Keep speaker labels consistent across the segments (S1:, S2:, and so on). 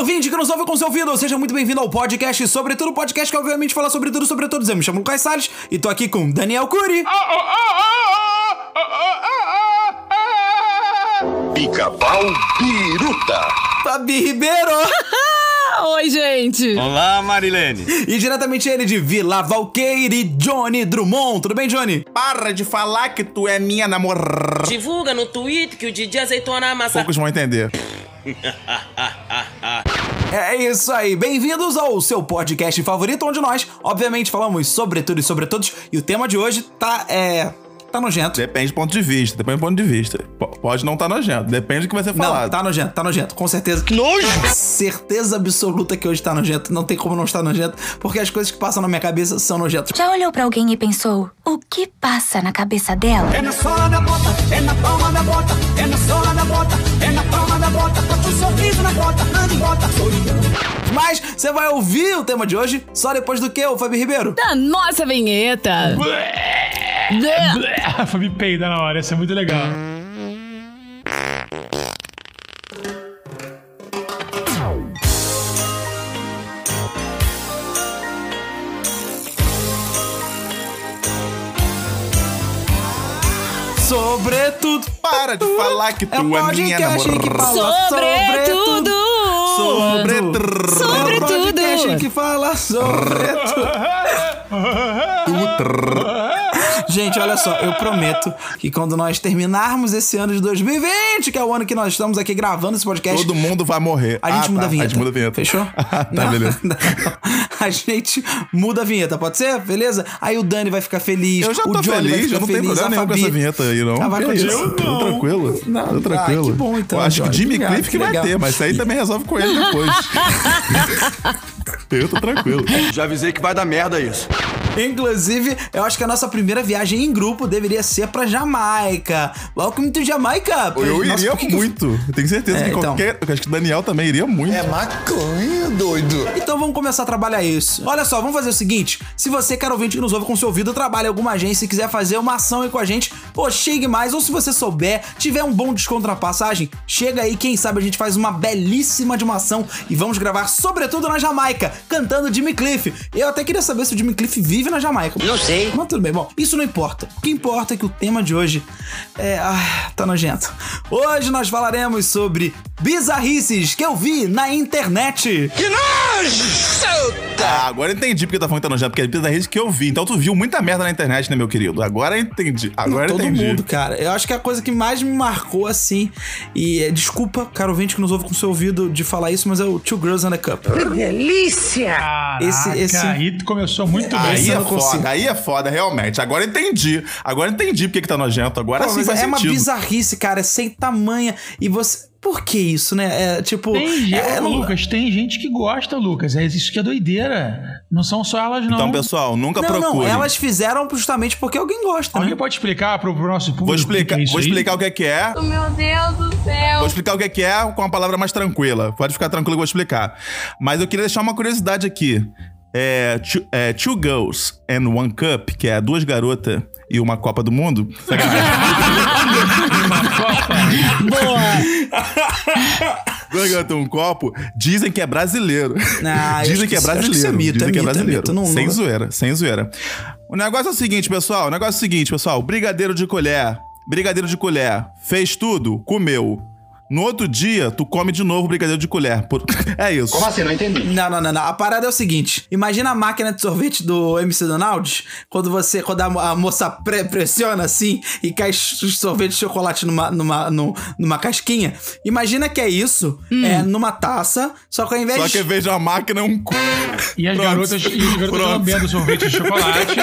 S1: ouvinte que nos ouve com seu ouvido, seja muito bem-vindo ao podcast sobre tudo, podcast que obviamente fala sobre tudo, sobre todos. Eu me chamo Lucas Salles e tô aqui com Daniel Cury.
S2: Pica-pau biruta.
S1: Fabi Ribeiro!
S3: Oi, gente!
S4: Olá, Marilene.
S1: E diretamente ele de Vila Valqueire, Johnny Drummond. Tudo bem, Johnny?
S5: Para de falar que tu é minha namorada.
S6: Divulga no Twitter que o Didi azeitona amassa.
S5: Poucos vão entender.
S1: É isso aí, bem-vindos ao seu podcast favorito, onde nós, obviamente, falamos sobre tudo e sobre todos. E o tema de hoje tá, é... tá nojento.
S5: Depende do ponto de vista, depende do ponto de vista. P- pode não estar nojento, depende do que vai ser
S1: Não,
S5: falado.
S1: tá nojento, tá nojento, com certeza. Que nojo! Certeza absoluta que hoje tá nojento, não tem como não estar nojento, porque as coisas que passam na minha cabeça são nojentas.
S7: Já olhou pra alguém e pensou o que passa na cabeça dela?
S1: Mas você vai ouvir o tema de hoje só depois do que, ô Fabi Ribeiro?
S3: Da nossa vinheta! Blé.
S8: A Fabi peida na hora, isso é muito legal.
S1: Sobretudo.
S5: Para de falar que tu
S1: É
S5: é,
S1: um
S5: minha
S1: podcast que
S5: namorada.
S1: fala sobre
S3: Sobretudo!
S1: tudo.
S5: Sobre
S1: É um
S3: Sobretudo.
S1: podcast que fala sobre tudo. Gente, olha só, eu prometo que quando nós terminarmos esse ano de 2020, que é o ano que nós estamos aqui gravando esse podcast,
S5: Todo mundo vai morrer.
S1: a gente
S5: Ah,
S1: muda
S5: tá,
S1: a vinheta.
S5: A gente muda a vinheta.
S1: Fechou?
S5: tá,
S1: Não,
S5: beleza.
S1: não. A gente muda a vinheta, pode ser? Beleza? Aí o Dani vai ficar feliz.
S5: Eu já
S1: o
S5: tô
S1: Johnny vai
S5: feliz,
S1: ficar
S5: eu não tenho
S1: feliz,
S5: problema
S1: a
S5: nenhum com
S1: Fabi-
S5: essa vinheta aí, não.
S1: Ah, vai
S5: Que
S1: com
S5: isso?
S1: isso.
S5: Tô tranquilo. Tô
S1: Ah,
S5: tranquilo.
S1: que bom, então,
S5: Eu acho que
S1: Jorge.
S5: Jimmy
S1: Obrigado,
S5: Cliff que vai
S1: legal.
S5: ter, mas isso aí também resolve com ele depois. eu tô tranquilo.
S4: Já avisei que vai dar merda isso.
S1: Inclusive, eu acho que a nossa primeira viagem em grupo deveria ser pra Jamaica. Welcome to Jamaica!
S5: Eu
S1: Nossa,
S5: iria
S1: por que que eu-
S5: muito. Eu tenho certeza
S1: É,
S5: que
S1: então. É,
S5: qualquer. Eu acho que o Daniel também iria muito.
S2: maconha, doido.
S1: Então vamos começar a trabalhar isso. Olha só, vamos fazer o seguinte: se você, cara ouvinte que nos ouve com seu ouvido, trabalha em alguma agência e quiser fazer uma ação aí com a gente, pô, chegue mais. Ou se você souber, tiver um bom desconto na passagem, chega aí, quem sabe a gente faz uma belíssima de uma ação e vamos gravar, sobretudo na Jamaica, cantando Jimmy Cliff. Eu até queria saber se o Jimmy Cliff vive na Jamaica. Não sei. Mas tudo bem, bom, isso não importa. O que importa é que o tema de hoje é. Ah, tá nojento. Hoje nós falaremos sobre bizarrices que eu vi na internet.
S5: Ah, agora eu entendi porque tá falando que tá nojento, porque é bizarrice que eu vi. Então tu viu muita merda na internet, né, meu querido? Agora eu entendi. Agora eu
S1: todo
S5: entendi.
S1: mundo, cara. Eu acho que é a coisa que mais me marcou, assim, e é, desculpa, cara ouvinte que nos ouve com o seu ouvido de falar isso, mas é o Two Girls and a Cup.
S8: Caraca,
S1: Esse- esse-
S8: aí tu começou muito bem.
S5: Aí
S1: eu
S5: é
S1: não consigo.
S5: foda, aí é foda, realmente. Agora eu entendi. Agora eu entendi porque que tá nojento. Agora
S1: Pô,
S5: sim
S1: mas
S5: faz
S1: é uma
S5: sentido.
S1: bizarrice, cara, é sem tamanha. E você. Por que isso, né? É tipo.
S8: Tem gente,
S1: é-
S8: Ô,
S1: é-
S8: Lucas, tem gente que gosta, Lucas. É isso que é doideira. Não são só elas, não.
S5: Então, pessoal, nunca
S1: não, não,
S5: procure.
S1: elas fizeram justamente porque alguém gosta, né?
S8: Alguém pode explicar pro, pro nosso público?
S5: Vou
S8: o
S5: explicar,
S8: que que é isso
S5: vou
S8: aí?
S5: explicar o que é que é.
S9: Oh, Meu Deus do céu.
S5: Vou explicar o que é que é com uma palavra mais tranquila. Pode ficar tranquilo que eu vou explicar. Mas eu queria deixar uma curiosidade aqui. É, two, é, two Girls and One Cup, que é duas garotas e uma Copa do Mundo.
S3: Boa!
S5: Duas garotas e um copo. Dizem que é brasileiro.
S1: Ah, eu acho
S5: Dizem
S1: que
S5: que é
S1: isso- acho que
S5: brasileiro.
S1: isso é mito,
S5: Dizem
S1: é
S5: que
S1: mito,
S5: é
S1: é
S5: brasileiro.
S1: mito. Não-
S5: sem
S1: não-
S5: zoeira, sem zoeira. O negócio é o seguinte, pessoal. O negócio é o seguinte, pessoal. Brigadeiro de colher. Brigadeiro de colher. Fez tudo, comeu. No outro dia, tu come de novo o brigadeiro de colher. Por- É isso.
S2: assim? Não entendi.
S1: Não, não, não, não. A parada é o seguinte: imagina a máquina de sorvete do MC Donald, quando você, quando a, mo- a moça pre- pressiona assim e cai ch- sorvete de chocolate numa, numa, num- numa casquinha. Imagina que é isso,
S3: Hum.
S1: é numa taça, só que ao invés
S5: Só que
S1: de.
S5: eu vejo a máquina é um cu.
S8: E as
S5: Pronto.
S8: garotas, e as garotas
S5: Pronto.
S8: lambendo sorvete de chocolate.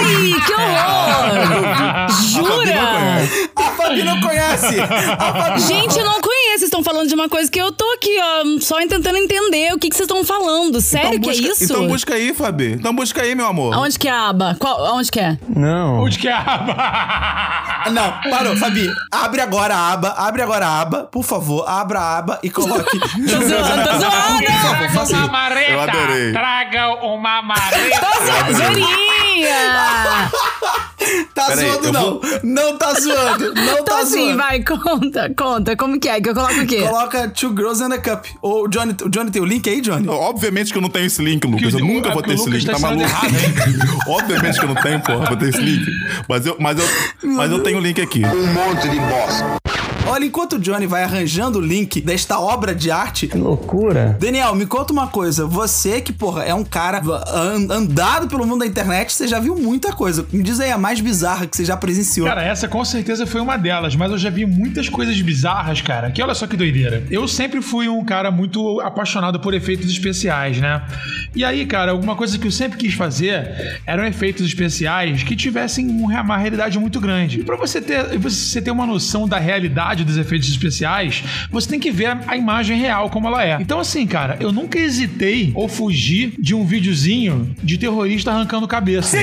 S3: Ai,
S5: É.
S3: que horror! Jura?
S1: A Ah, Fabi não conhece! A Fabi
S3: Gente, eu não conheço. Vocês estão falando de uma coisa que eu tô aqui, ó, só tentando entender o que, que vocês estão falando. Sério
S5: Então
S3: que é
S5: busca-
S3: isso?
S5: Então busca aí, Fabi. Então busca aí, meu amor.
S3: Aonde que é a aba? Qual, aonde que é?
S8: Onde que é a aba?
S1: Ah, Não, parou, Fabi. Abre agora a aba, abre agora a aba, por favor, abra a aba e coloque.
S3: Tô zoando, tô zoando!
S1: favor, faça
S8: Traga uma
S1: isso.
S8: mareta!
S5: Eu adorei.
S8: Traga uma mareta!
S3: Tô zoando! Zorinha!
S1: Tá
S5: Peraí,
S1: zoando,
S5: eu
S1: não.
S5: vou-
S1: Não tá zoando. Não
S3: Então
S1: tá
S3: assim,
S1: zoando.
S3: vai, conta, conta. Como que é? Que eu coloco o quê?
S1: Coloca Two Girls and a Cup. Ou o Johnny, o Johnny tem o link aí, Johnny?
S5: Obviamente que eu não tenho esse link, Lucas.
S8: Que o-
S5: Eu nunca
S8: é
S5: vou
S8: porque
S5: ter
S8: o
S5: esse
S8: Lucas
S5: link.
S8: tá
S5: Tá maluco?
S8: ensinando
S5: Obviamente que eu não tenho, porra, vou ter esse link. Mas eu, mas eu, mas eu tenho o link aqui.
S2: Um monte de bosta.
S1: Olha, enquanto o Johnny vai arranjando o link desta obra de arte. Que loucura. Daniel, me conta uma coisa. Você que, porra, é um cara an- andado pelo mundo da internet, você já viu muita coisa. Me diz aí a mais bizarra que você já presenciou.
S8: Cara, essa com certeza foi uma delas, mas eu já vi muitas coisas bizarras, cara. Que olha só que doideira. Eu sempre fui um cara muito apaixonado por efeitos especiais, né? E aí, cara, alguma coisa que eu sempre quis fazer eram efeitos especiais que tivessem um- uma realidade muito grande. E pra você ter, você ter uma noção da realidade dos efeitos especiais, você tem que ver a imagem real como ela é. Então, assim, cara, eu nunca hesitei ou fugi de um videozinho de terrorista arrancando cabeça.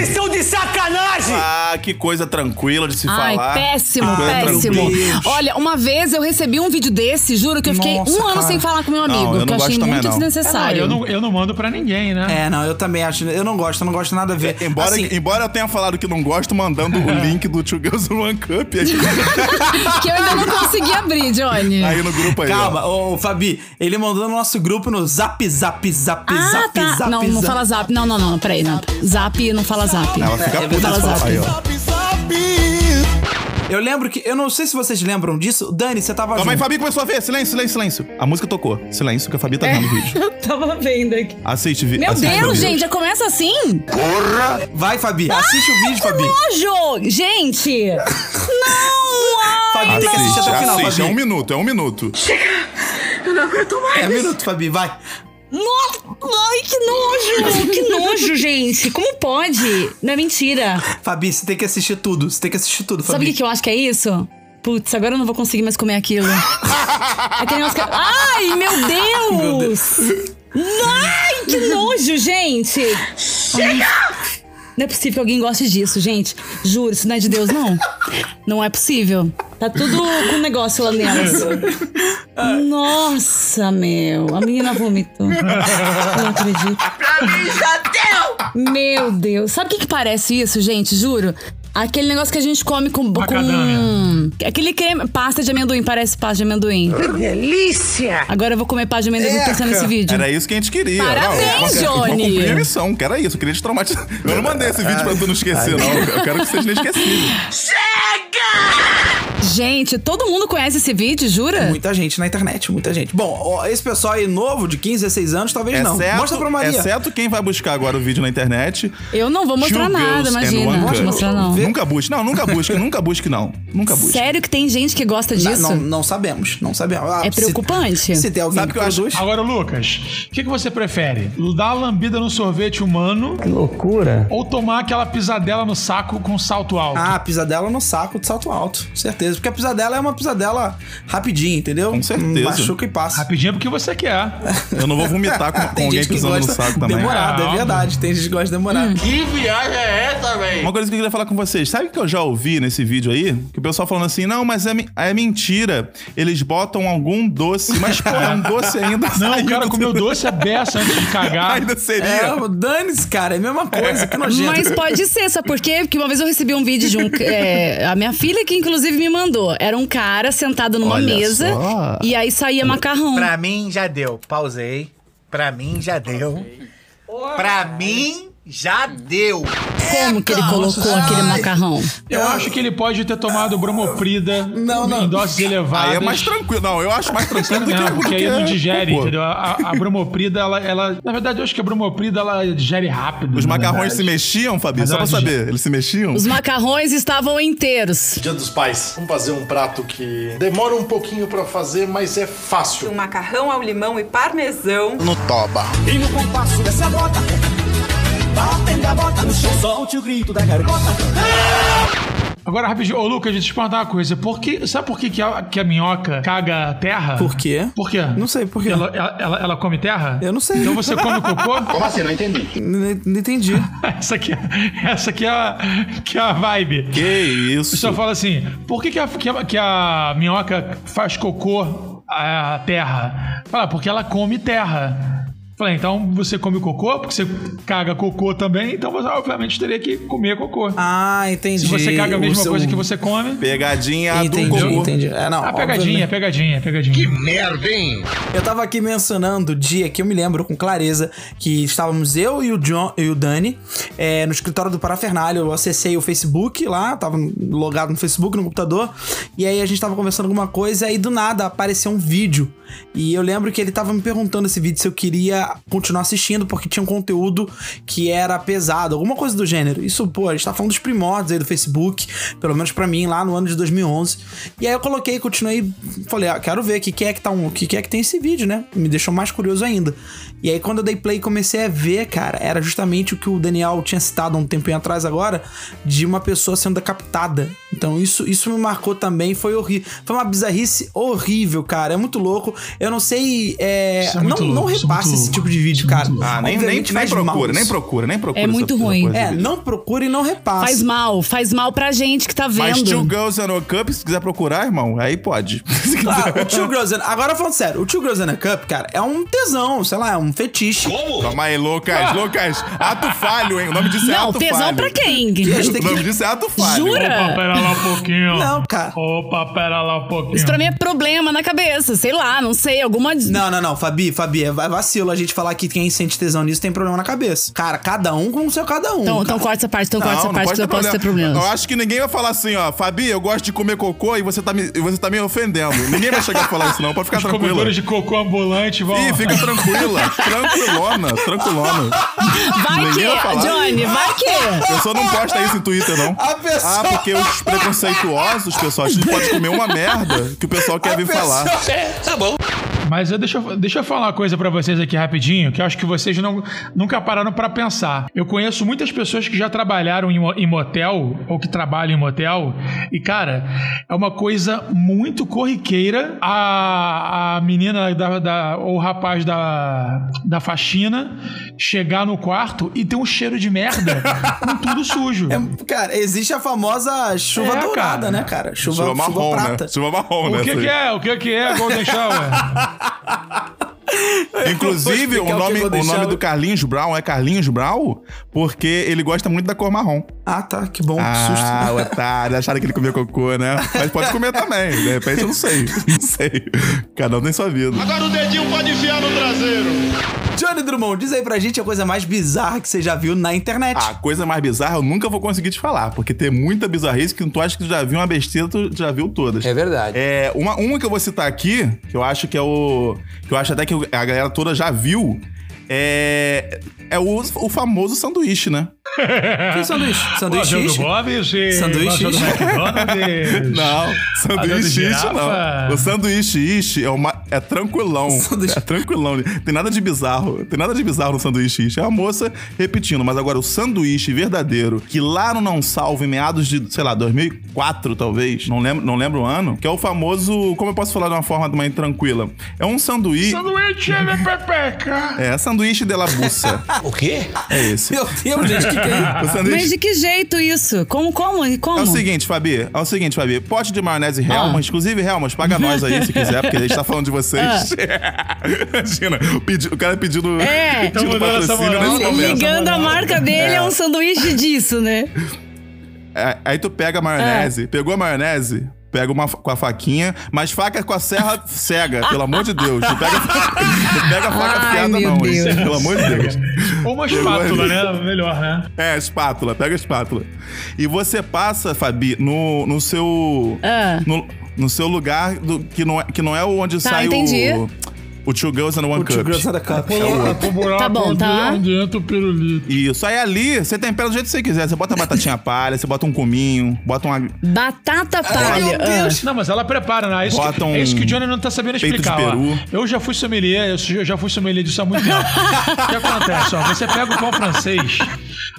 S5: Ah, que coisa tranquila de se
S3: Ai,
S5: falar. um
S3: péssimo,
S5: Que coisa
S3: péssimo.
S5: tranquila.
S3: Olha, uma vez eu recebi um vídeo desse, juro que eu fiquei
S1: Nossa,
S3: um ano
S1: cara.
S3: sem falar com meu
S5: Não,
S3: amigo,
S5: eu não
S3: que eu achei
S5: gosto também,
S3: muito
S5: não.
S3: desnecessário.
S8: eu, não, eu não mando pra ninguém, né?
S1: É, não, eu também acho. Eu não gosto, eu não gosto nada a ver.
S5: É, Embora,
S1: Assim,
S5: embora eu tenha falado que não gosto, mandando o link do Two Girls and One Cup aqui,
S3: Que eu ainda não consegui abrir, Johnny.
S5: aí no grupo aí. ó.
S1: Calma, ô ô, Fabi, ele mandou no nosso grupo no zap, zap, zap,
S3: ah,
S1: zap,
S3: tá.
S1: zap.
S3: não, não
S1: zap.
S3: fala zap. Não, não, não, peraí. Não. Zap não fala zap.
S5: Ela fica
S1: É,
S5: puta
S3: fala
S5: de falar
S3: zap.
S5: aí, ó.
S1: Eu lembro que. Eu não sei se vocês lembram disso. Dani, você tava.
S5: Calma aí,
S1: junto.
S5: Fabi começou a ver. Silêncio, silêncio, silêncio. A música tocou. Silêncio, que a Fabi tá vendo o vídeo.
S3: Eu tava vendo aqui.
S5: Assiste, vi-
S3: Meu
S5: assiste o
S3: Deus,
S5: vídeo.
S3: gente, já começa assim?
S1: Vai, Fabi. Assiste o vídeo,
S3: Ah,
S1: Fabi.
S3: Nojo! Gente! Não! ai,
S1: Fabi tem que assistir
S5: Assiste,
S1: até o final,
S5: assiste. É um
S1: Fabi.
S5: minuto, é um minuto.
S1: É um minuto, Fabi, vai.
S3: no- Ai, que nojo! Que nojo, gente! Como pode? Não é mentira.
S1: Fabi, você tem que assistir tudo. Você tem que assistir tudo, Fabi.
S3: Sabe o que, que eu acho que é isso? Putz, agora eu não vou conseguir mais comer aquilo. Aquele negócio que... Ai, meu Deus! Ai, que nojo, gente! Não é possível que alguém goste disso, gente. Juro, isso não é de Deus, não. Não é possível. Tá tudo com negócio lá dentro. Nossa, meu. A menina vomitou. Eu não acredito. Meu Deus. Sabe o que, que parece isso, gente? Juro. Aquele negócio que a gente come com. com...
S8: Macadâmia.
S3: Aquele creme. Pasta de amendoim, parece pasta de amendoim. delícia! Agora eu vou comer pasta de amendoim
S1: Eca.
S3: pensando nesse vídeo.
S5: Era isso que a gente queria.
S3: Parabéns,
S5: não, eu- eu-
S3: Johnny.
S5: Eu cumpri a missão, que era isso. Eu queria te traumatizar. Eu não mandei esse vídeo pra tu não esquecer, não. Eu quero que seja inesquecível.
S3: Gente, todo mundo conhece esse vídeo, jura?
S1: Muita gente na internet, muita gente. Bom, ó, esse pessoal aí novo, de 15, 16 anos, talvez não.
S5: Exceto,
S1: Mostra pra Maria.
S5: exceto quem vai buscar agora o vídeo na internet.
S3: Eu não vou mostrar
S5: Two
S3: nada,
S5: girls and
S3: imagina.
S5: one
S3: Não vou
S5: cup.
S3: mostrar, não.
S5: Nunca busque. Não, nunca busque. Nunca busque, não. Nunca busque.
S3: Sério que tem gente que gosta
S1: Na-
S3: disso?
S1: Não, não sabemos, não sabemos. Ah,
S3: É
S1: se-
S3: preocupante.
S1: Se, tem alguém
S5: Sabe
S1: que
S5: que eu acho-
S1: produz...
S8: Agora, Lucas, o que, que você prefere? Dar uma lambida no sorvete humano
S9: Loucura.
S8: ou tomar aquela pisadela no saco com salto alto?
S1: Ah, pisadela no saco de salto alto, certeza. Porque a pisadela é uma pisadela rapidinha, entendeu?
S5: Com certeza.
S1: Machuca e passa.
S8: Rapidinho é porque você quer.
S5: Eu não vou vomitar com, com
S1: Tem
S5: alguém
S1: gente que
S5: pisando no
S1: gosta
S5: saco também. Ah,
S1: demorado, é
S8: Calma.
S1: verdade. Tem gente que gosta de
S3: Hum.
S1: demorado.
S4: Que viagem é essa, véi?
S5: Uma coisa que eu queria falar com vocês, sabe o que eu já ouvi nesse vídeo aí? Que o pessoal falando assim, não, mas é, men- é mentira. Eles botam algum doce, mas pô, é um doce ainda.
S8: Não, o
S5: saindo
S8: cara
S5: do-
S8: comeu doce a beça antes de cagar.
S5: Ainda seria.
S1: É, dane-se, cara. É a mesma coisa, que nojento.
S3: Mas pode ser, sabe por quê? Porque uma vez eu recebi um vídeo de um. é, a minha filha, que inclusive me mandou. Era um cara sentado numa
S5: Olha
S3: mesa
S5: só.
S3: e aí saía macarrão.
S10: Pra mim já deu. Pausei. Pra mim já deu. Pra mim já deu.
S3: Como que ele colocou aquele macarrão?
S8: Eu acho que ele pode ter tomado bromoprida
S1: Não, não.
S8: em doses elevadas.
S5: Aí é mais tranquilo. Não, eu é acho mais tranquilo do que...
S8: Não,
S5: do
S8: porque aí
S5: que-
S8: não digere,
S5: pô,
S8: entendeu? A, a bromoprida, ela, ela- Na verdade, eu acho que a bromoprida, ela digere rápido.
S5: Os
S8: na
S5: macarrões se
S8: verdade.
S5: mexiam, Fabi?
S8: Mas
S5: Só pra
S8: eu acho-
S5: saber, eles se mexiam?
S3: Os macarrões estavam inteiros.
S11: Dia dos Pais. Vamos fazer um prato que demora um pouquinho pra fazer, mas é fácil.
S6: macarrão ao limão e parmesão.
S2: No toba.
S8: Agora, rapidinho. Ô, Lucas, deixa eu te perguntar uma coisa. Por que, sabe por que, que, a, que a minhoca caga terra?
S1: Por quê?
S8: Por quê?
S1: Não sei por quê.
S8: Ela, ela, ela- ela come terra?
S1: Eu não sei.
S8: Então você come cocô?
S11: Como assim? Não entendi.
S1: N- Não entendi.
S8: essa aqui, essa aqui é, a, que é a vibe.
S5: Que
S8: O
S5: isso.
S8: pessoal fala assim: por que, que, a, que, a, que a minhoca faz cocô à terra? Fala, porque ela come terra. Falei, então você come cocô, porque você caga cocô também, então você obviamente teria que comer cocô.
S1: Ah, entendi.
S8: Se você caga a mesma
S1: O seu- Ah,
S8: coisa que você come.
S5: Pegadinha
S1: Entendi,
S5: do cocô.
S1: entendi. É, não,
S8: Ah, pegadinha,
S1: obviamente.
S8: pegadinha, pegadinha.
S2: Que merda, hein?
S1: Eu tava aqui mencionando o dia que eu me lembro com clareza que estávamos eu e o John e o Dani é, no escritório do Parafernália. Eu acessei o Facebook lá, tava logado no Facebook, no computador, e aí a gente tava conversando alguma coisa e do nada apareceu um vídeo. E eu lembro que ele tava me perguntando esse vídeo se eu queria continuar assistindo, porque tinha um conteúdo que era pesado, alguma coisa do gênero. Isso, pô, a gente tá falando dos primórdios aí do Facebook, pelo menos pra mim, lá no ano de 2011. E aí eu coloquei, continuei, falei, ah, quero ver o que, que é que tá um, que, que é que tem esse vídeo, né? Me deixou mais curioso ainda. E aí quando eu dei play e comecei a ver, cara, era justamente o que o Daniel tinha citado há um tempinho atrás agora, de uma pessoa sendo decapitada. Então isso, isso me marcou também, foi horrível. Foi uma bizarrice horrível, cara. É muito louco. Eu não sei. é,
S8: Isso é
S1: não,
S8: muito
S1: não
S8: louco, isso é
S1: repasse
S8: muito
S1: esse
S8: louco,
S1: tipo de vídeo,
S8: isso é
S1: cara.
S8: muito
S5: Ah, nem, nem,
S1: Obviamente
S5: nem
S1: faz mal
S5: procura, nem
S1: isso.
S5: procura, nem procura.
S3: É muito
S5: essa- essa
S3: ruim.
S5: coisa
S1: É,
S5: de-
S1: não procure e não repasse.
S3: Faz mal, faz mal pra gente que tá
S5: Mas Two
S3: vendo.
S5: Girls and a Cup, se quiser procurar, irmão, aí pode. Se
S1: Claro,
S5: quiser.
S1: Tá, o Two Girls and... Agora falando sério, o Two Girls and a Cup, cara, é um tesão, sei lá, é um fetiche.
S5: Calma aí, Lucas, Lucas. Ato falho, hein? O nome disso é
S3: Não,
S5: ato
S3: tesão
S5: falho.
S3: pra quem?
S1: Isso
S5: O nome disso é ato falho.
S8: Opa,
S3: Jura?
S8: pera lá um pouquinho.
S1: Não, cara.
S8: Opa, pera lá um pouquinho.
S3: Isso pra mim é problema na cabeça, sei lá, não sei, alguma.
S1: Não, não, não, Fabi, Fabi, é va- vacilo a gente falar que quem sente tesão nisso tem problema na cabeça. Cara, cada um com o seu cada um.
S3: Então,
S1: cara.
S3: então corta essa parte, então corta essa parte que eu posso ter
S5: Eu
S3: problemas.
S5: acho que ninguém vai falar assim, ó, Fabi, eu gosto de comer cocô e você tá me, e você tá me ofendendo. Ninguém vai chegar a falar isso, não. Pode ficar
S8: Os
S5: tranquila.
S8: comedores de cocô ambulante vão.
S5: Ih, fica tranquila. Tranquilona, tranquilona.
S3: Vai
S5: Ninguém
S3: que,
S5: vai falar.
S3: Johnny, vai que.
S5: A pessoa não posta isso no Twitter, não.
S1: A pessoa-
S5: Ah, porque os preconceituosos, pessoal, a gente pode comer uma merda que o pessoal quer
S1: A
S5: vir
S1: pessoa-
S5: falar.
S8: Mas eu, deixa, eu- deixa eu falar uma coisa pra vocês aqui rapidinho, que eu acho que vocês não, nunca pararam pra pensar. Eu conheço muitas pessoas que já trabalharam em, mo- em motel, ou que trabalham em motel, e cara, é uma coisa muito corriqueira. A, a menina da, da- ou o rapaz da, da faxina chegar no quarto e ter um cheiro de merda com tudo sujo.
S3: Ah,
S1: É, cara, existe a famosa chuva
S8: É,
S1: dourada,
S8: cara.
S1: né, cara? Chuva,
S5: Chuva
S1: chuva
S5: marrom,
S1: prata.
S5: né? Chuva marrom, né?
S8: O que,
S5: Essa aí.
S8: que é? O que, que é Golden Shower?
S5: Inclusive,
S1: Eu vou explicar
S5: o
S1: o que
S5: nome,
S1: eu vou
S5: o nome
S1: deixar.
S5: do Carlinhos Brown é Carlinhos Brown porque ele gosta muito da cor marrom.
S1: Ah, tá, que bom, que
S5: Ah,
S1: susto.
S5: otário, acharam que ele comia cocô, né? Mas pode comer também, de repente eu não sei. Não sei. Cada um tem sua vida.
S4: Agora o dedinho pode enfiar no traseiro.
S1: Johnny Drummond, diz aí pra gente a coisa mais bizarra que você já viu na internet.
S5: A coisa mais bizarra eu nunca vou conseguir te falar, porque tem muita bizarrice que tu acha que tu já viu uma besteira, tu já viu todas. É verdade. É, uma, uma que eu vou citar aqui, que eu acho que é o. que eu acho até que a galera toda já viu, é. É o, o famoso sanduíche, né?
S1: que sanduíche?
S8: Pô,
S1: Sanduíche?
S8: jogo do
S1: xixi?
S8: Bob's e
S1: Sanduíche?
S8: maçã do McDonald's.
S5: Não,
S8: Olha do
S5: sanduíche ishi
S8: girafa.
S5: não. O sanduíche ishi é, uma, é tranquilão.
S1: Sanduíche.
S5: É tranquilão. Tem nada de bizarro. Tem nada de bizarro no sanduíche ishi. É a moça repetindo. Mas agora, o sanduíche verdadeiro, que lá no Não Salvo, em meados de, sei lá, 2004 talvez, não lembro, não lembro o ano, que é o famoso, como eu posso falar de uma forma mais tranquila? É um sanduíche...
S8: Sanduíche de pepeca.
S5: É, sanduíche de labuça.
S2: O quê?
S5: é esse.
S1: Meu Deus, gente, que que é isso?
S5: O sanduíche...
S3: Mas de que jeito isso? Como, como e como?
S5: É o seguinte, Fabi. É o seguinte, Fabi. Pote de maionese Helmas. Inclusive, Helmas, paga nós aí se quiser, porque a gente tá falando de vocês. Imagina, pedi- o cara pedindo,
S3: É.
S5: pedindo
S8: Tamo dando essa
S5: patrocínio
S8: moral.
S5: nesse momento.
S3: Ligando a marca dele é um sanduíche disso, né?
S5: É, Aí tu pega a maionese. Pegou a maionese? Pega uma fa- com a faquinha, mas faca com a serra cega, pelo amor de Deus. Não pega, não pega a faca
S3: Ai,
S5: afiada,
S3: meu
S5: não,
S3: Deus.
S5: gente. Pelo amor de Deus.
S8: Ou uma espátula, né? Melhor, né?
S5: É, espátula, pega a espátula. E você passa, Fabi, no, no seu.
S3: Ah.
S5: No, no seu lugar do- que, não é, que não é o onde
S3: Tá,
S5: sai
S3: entendi.
S5: o. O Two Girls and One
S1: O Two
S5: Cup. É
S1: Girls and a Cup. Então,
S3: Tá bom, tá?
S8: Dentro o pirulito.
S5: Isso. Aí ali, você tempera do jeito que você quiser. Você bota batatinha palha, você bota um cominho, bota uma.
S3: Batata palha. Ah.
S8: Não, mas ela prepara, né? É isso, que,
S5: Bota um
S8: é isso que o Johnny não tá sabendo
S5: peito de
S8: explicar. ó.
S5: peru.
S8: Eu já fui sommelier, eu su- eu já fui sommelier disso há muito tempo. o que acontece, ó? Você pega o pão francês,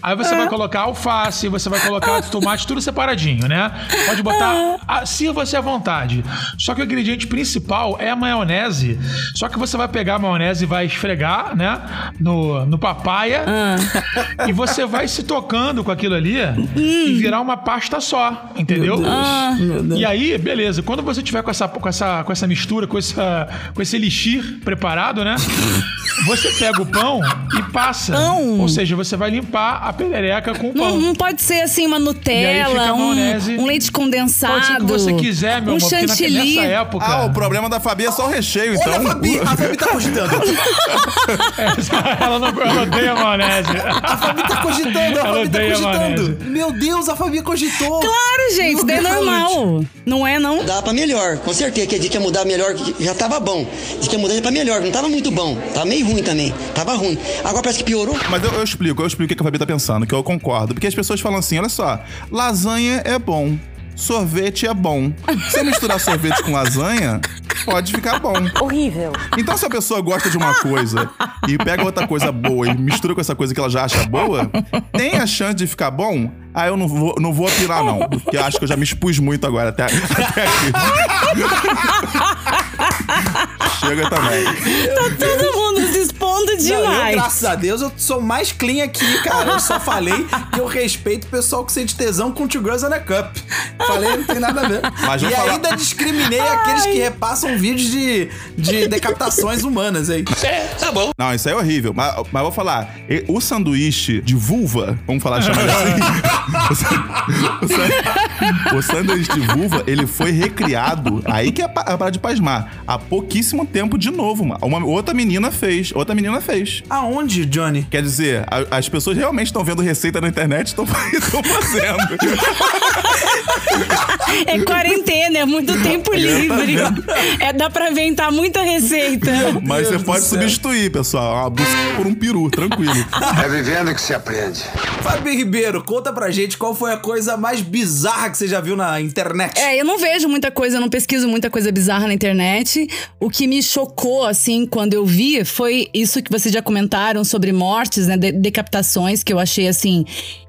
S8: aí você vai colocar alface, você vai colocar tomate, tudo separadinho, né? Pode botar, a- sirva-se à vontade. Só que o ingrediente principal é a maionese. Só que você vai pegar a maionese e vai esfregar, né? No, no papaya. E você vai se tocando com aquilo ali e
S3: Hum.
S8: virar uma pasta só, entendeu?
S1: Meu Deus.
S8: E aí, beleza, quando você tiver com essa, com essa, com essa mistura, com, essa, com esse elixir preparado, né? Você pega o pão e passa.
S3: Pão?
S8: Ou seja, você vai limpar a perereca com o pão.
S3: Não, não pode ser assim uma
S8: E aí fica
S3: Nutella,
S8: a maionese.
S3: um, um leite condensado.
S8: Pode ser o que você quiser, meu
S3: um
S8: amor, porque na- é
S3: chantilly.
S8: nessa época...
S5: Ah, o problema da Fabi é só o recheio, então.
S1: Olha a Fabi, a Fabi tá cogitando.
S8: ela, não, ela odeia maionese.
S1: A Fabi tá cogitando, a
S8: Ela
S1: Fabi tá
S8: odeia
S1: cogitando.
S8: maionese.
S1: Meu Deus, a Fabi cogitou.
S3: Claro, gente,
S1: Meu
S3: daí é
S1: Deus.
S3: normal. Não é, não?
S9: Dá pra melhor, com certeza. Que diz que ia mudar melhor, que já tava bom. Diz que ia mudar pra melhor, não tava muito bom. Tava meio ruim também. Tava ruim. Agora parece que piorou.
S5: Mas eu, eu explico, eu explico o que a Fabi tá pensando, que eu concordo. Porque as pessoas falam assim: olha só, lasanha é bom, sorvete é bom. Se eu misturar sorvete com lasanha, pode ficar bom.
S12: Horrível.
S5: Então, se a pessoa gosta de uma coisa e pega outra coisa boa e mistura com essa coisa que ela já acha boa, tem a chance de ficar bom? Ah, eu não vou, não vou opinar, não. Porque eu acho que eu já me expus muito agora até, até aqui. Chega também.
S3: Tá todo mundo se expondo
S1: Não, eu,
S3: demais.
S1: graças a Deus, eu sou mais clean aqui, cara. Eu só falei que eu respeito o pessoal que sente tesão com Two Girls and a Cup. Falei, não tem nada a ver.
S5: Mas
S1: e
S5: vamos falar-
S1: ainda discriminei aqueles que repassam vídeos de, de decapitações humanas aí.
S5: Tá bom. Não, isso aí é horrível. Mas, mas vou falar, e- o sanduíche de vulva, vamos falar chamar assim. o, san- o san- o sanduíche de vulva, ele foi recriado. Aí que é a pa- a parada de pasmar. Há pouquíssimo tempo, de novo, mano. Uma, outra menina fez. Outra menina fez.
S1: Aonde, Johnny?
S5: Quer dizer, a- as pessoas realmente estão vendo receita na internet e estão fazendo.
S3: É quarentena, é muito tempo livre. É, dá pra inventar muita receita.
S5: Mas você pode substituir, pessoal. Uma busca por um peru, tranquilo.
S2: É vivendo que se aprende.
S1: Fabi Ribeiro, conta pra gente qual foi a coisa mais bizarra que você já viu na internet.
S3: É, eu não vejo muita coisa, eu não pesquiso muita coisa bizarra na internet. O que me chocou, assim, quando eu vi, foi isso que vocês já comentaram sobre mortes, né? de- decapitações, que eu achei, assim,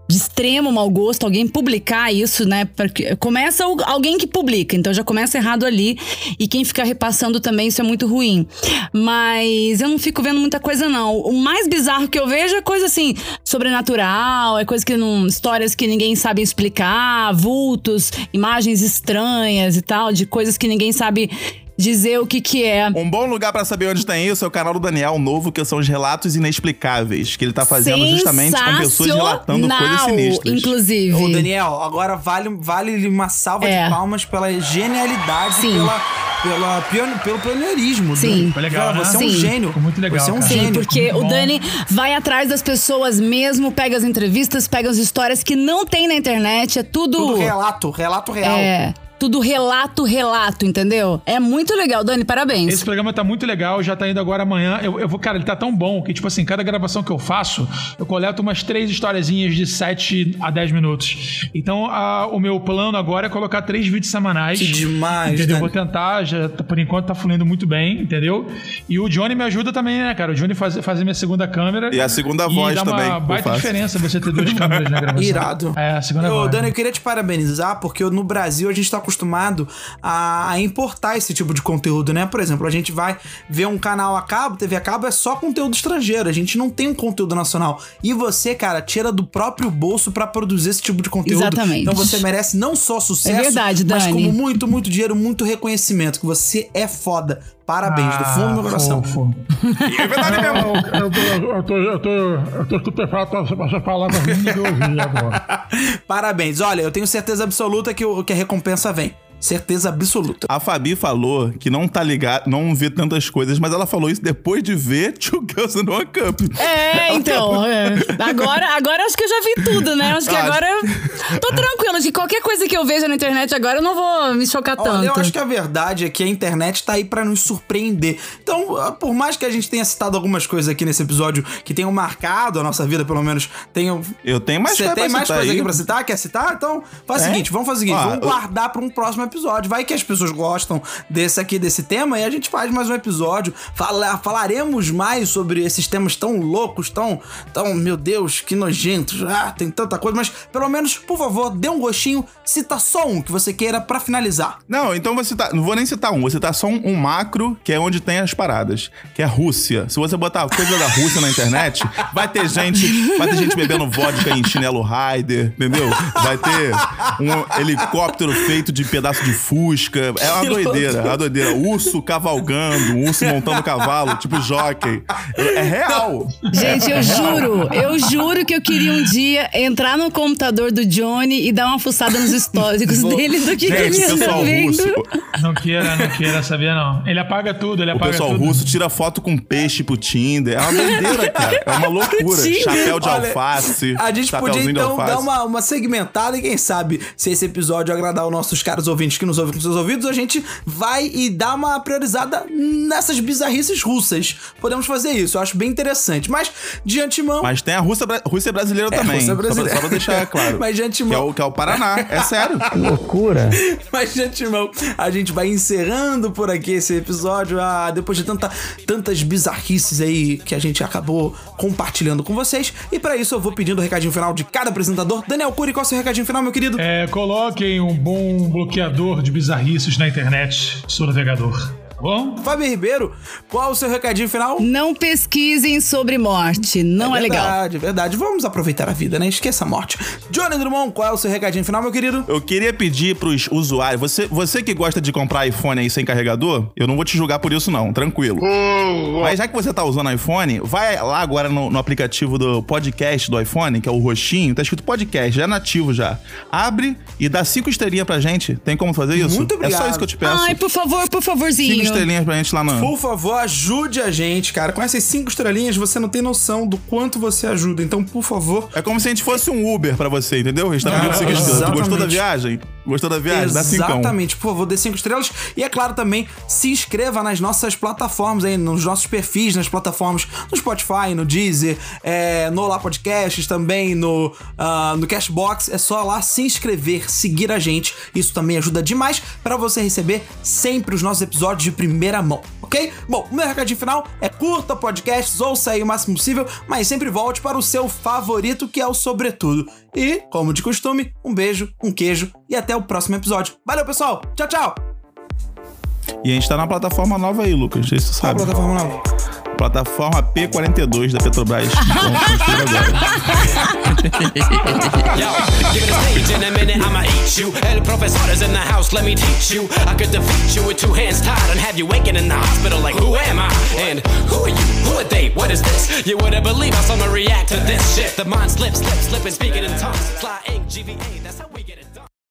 S3: de extremo mau gosto. Alguém publicar isso, né? Porque começa o- alguém que publica, então já começa errado ali. E quem fica repassando também, isso é muito ruim. Mas eu não fico vendo muita coisa, não. O mais bizarro que eu vejo é coisa, assim, sobrenatural, é coisa que não. histórias que ninguém sabe explicar, vultos, imagens estranhas e tal, de coisas que ninguém sabe dizer o que que é.
S5: Um bom lugar pra saber onde tem isso é o canal do Daniel Novo, que são os relatos inexplicáveis, que ele tá fazendo justamente com pessoas relatando coisas
S3: Sensacional,
S5: sinistras.
S3: Inclusive.
S1: Ô, Daniel, agora vale, vale uma salva
S3: É.
S1: de palmas pela genialidade,
S3: Sim.
S1: pela, pela pione- pelo pioneirismo.
S3: Sim.
S1: Dani.
S3: Foi legal,
S1: Cara,
S3: né?
S1: Você é um
S3: Sim.
S1: gênio.
S8: Ficou muito legal,
S1: Você é um
S8: cara.
S1: gênio.
S3: Sim, porque o Dani vai atrás das pessoas mesmo, pega as entrevistas, pega as histórias que não tem na internet, é tudo.
S1: Tudo relato, relato real.
S3: É, tudo relato, relato, entendeu? É muito legal, Dani, parabéns.
S8: Esse programa tá muito legal, já tá indo agora amanhã. Eu, eu vou, cara, ele tá tão bom que, tipo assim, cada gravação que eu faço, eu coleto umas três historiezinhas de 7 a 10 minutos. Então, a- o meu plano agora é colocar três vídeos semanais.
S1: Que demais,
S8: Entendeu?
S1: Dani.
S8: Vou tentar, já, tá- por enquanto tá fluindo muito bem, entendeu? E o Johnny me ajuda também, né, cara? O Johnny faz, faz a minha segunda câmera.
S5: E a segunda voz
S8: dá
S5: também,
S8: uma
S5: eu
S8: baita
S5: faço.
S8: diferença você ter duas câmeras na gravação.
S1: Irado.
S8: É, a segunda
S1: Ô,
S8: voz.
S1: Dani, eu queria te parabenizar, porque no Brasil a gente tá acostumado a, a importar esse tipo de conteúdo, né? Por exemplo, a gente vai ver um canal a cabo, TV a cabo, é só conteúdo estrangeiro. A gente não tem um conteúdo nacional. E você, cara, tira do próprio bolso pra produzir esse tipo de conteúdo.
S3: Exatamente.
S1: Então você merece não só sucesso,
S3: É verdade,
S1: mas
S3: Dani.
S1: como muito, muito dinheiro, muito reconhecimento, que você é foda. Parabéns, do fundo do meu coração.
S8: Ah, fofo.
S5: É verdade mesmo.
S8: Eu tô, eu tô, eu tô, eu tô estupefato com essas palavras lindas que eu ouvi agora.
S1: Parabéns. Olha, eu tenho certeza absoluta que, o, que a recompensa vem. Certeza absoluta.
S5: A Fabi falou que não tá ligada, não vê tantas coisas, mas ela falou isso depois de ver Two Girls and One Cup.
S3: É, então. é. Agora, agora acho que eu já vi tudo, né? Acho que
S5: Acho.
S3: agora. eu Tô tranquila de qualquer coisa que eu veja na internet agora, eu não vou me chocar
S1: Olha, eu
S3: tanto.
S1: acho que a verdade é que a internet tá aí pra nos surpreender. Então, ah, por mais que a gente tenha citado algumas coisas aqui nesse episódio que tenham marcado a nossa vida, pelo menos tenham.
S5: Eu tenho mais
S1: Você
S5: coisa
S1: tem
S5: pra
S1: mais
S5: citar
S1: coisa
S5: aí.
S1: aqui pra citar? Quer citar? Então, faz o
S5: É?
S1: seguinte, vamos fazer o seguinte,
S5: Ó,
S1: vamos
S5: eu-
S1: guardar pra um próximo episódio. Vai que as pessoas gostam desse aqui, desse tema, e a gente faz mais um episódio. Fala- falaremos mais sobre esses temas tão loucos, tão, tão, meu Deus, que nojentos. Ah, tem tanta coisa, mas pelo menos, por favor, dê um gostinho, cita só um que você queira pra finalizar.
S5: Não, então você tá. Não vou nem citar um, vou citar só um, um macro, que é onde tem as paradas, que é Rússia. Se você botar coisa da Rússia na internet, vai ter gente. Vai ter gente bebendo vodka em chinelo rider, entendeu? Vai ter um helicóptero feito de pedaço negócio de fusca. É uma doideira, é uma doideira. Urso cavalgando, urso montando cavalo, tipo jockey. É real.
S3: Gente,
S5: É real.
S3: eu juro, eu juro que eu queria um dia entrar no computador do Johnny e dar uma fuçada nos históricos dele do que, que ele
S1: é um
S3: anda vendo.
S8: Não queira, não queira saber, não. Ele apaga tudo, ele
S5: O
S8: apaga
S5: pessoal
S8: tudo.
S5: russo tira foto com peixe pro Tinder. É uma doideira, cara. É uma loucura.
S1: Tinder.
S5: Chapéu de
S1: Olha,
S5: alface.
S1: A gente podia
S5: chapéuzinho de
S1: então
S5: alface.
S1: dar uma, uma segmentada e quem sabe se esse episódio agradar os nossos caros ouvintes que nos ouvem com seus ouvidos, a gente vai e dá uma priorizada nessas bizarrices russas. Podemos fazer isso, eu acho bem interessante. Mas, de antemão.
S5: Mas tem a Rússia, bra- Rússia brasileira também.
S1: É, Rússia
S5: Só pra-
S1: brasileira.
S5: Só, pra, deixar claro.
S1: Mas de antemão-
S5: Que é o, que é o Paraná. É sério.
S1: Loucura. Mas, de antemão, a gente vai encerrando por aqui esse episódio. Ah, depois de tanta, tantas bizarrices aí que a gente acabou compartilhando com vocês. E pra isso eu vou pedindo o recadinho final de cada apresentador. Daniel Cury, qual é o seu recadinho final, meu querido?
S8: É, coloquem um bom bloqueador de bizarrices na internet, seu navegador. Tá bom?
S1: Fábio Ribeiro, qual o seu recadinho final?
S3: Não pesquisem sobre morte, não é, legal.
S1: Verdade, verdade. Vamos aproveitar a vida, né? Esqueça a morte. Johnny Drummond, qual é o seu recadinho final, meu querido?
S5: Eu queria pedir pros usuários. Você, você que gosta de comprar iPhone aí sem carregador, eu não vou te julgar por isso, não, tranquilo.
S1: Hum,
S5: Mas já que você tá usando iPhone, vai lá agora no, no aplicativo do podcast do iPhone, que é o roxinho, tá escrito podcast, já é nativo já. Abre e dá cinco estrelinhas pra gente. Tem como fazer isso?
S1: Muito
S5: É
S1: obrigado.
S5: só isso que eu te peço.
S3: Ai, por favor, por favorzinho.
S5: Cinco estrelinhas pra gente lá na.
S1: Por favor, ajude a gente, cara. Com essas cinco estrelinhas, você não tem noção do quanto você ajuda. Então, por favor.
S5: É como se a gente fosse um Uber pra você, entendeu? A gente tá pedindo
S1: Ah,
S5: cinco estrelas. Tu gostou
S1: exatamente.
S5: da viagem? Gostou da viagem? Dá um. cincão.
S1: Exatamente, por favor, dê cinco estrelas. E é claro também, se inscreva nas nossas plataformas aí, nos nossos perfis, nas plataformas, no Spotify, no Deezer, é, no Olá Podcasts, também no, ah, no Cashbox. É só lá se inscrever, seguir a gente. Isso também ajuda demais para você receber sempre os nossos episódios de primeira mão, ok? Bom, o meu recadinho final é curta podcasts, ouça aí o máximo possível, mas sempre volte para o seu favorito, que é o Sobretudo. E, como de costume, um beijo, um queijo e até o próximo episódio. Valeu, pessoal! Tchau, tchau!
S5: E a gente tá na plataforma nova aí, Lucas. Isso você sabe.
S1: plataforma nova?
S5: Plataforma P42 da Petrobras. Então, confira agora.
S12: Yo, give it a stage in a minute, I'ma eat you. El professor is in the house, let me teach you. I could defeat you with two hands tied and have you waking in the hospital like, who am I? And who are you? Who are they? What is this? You wouldn't believe how someone react to this shit. The mind slips, slips, slipping, speaking in tongues. Fly ink, GVA, that's how we get.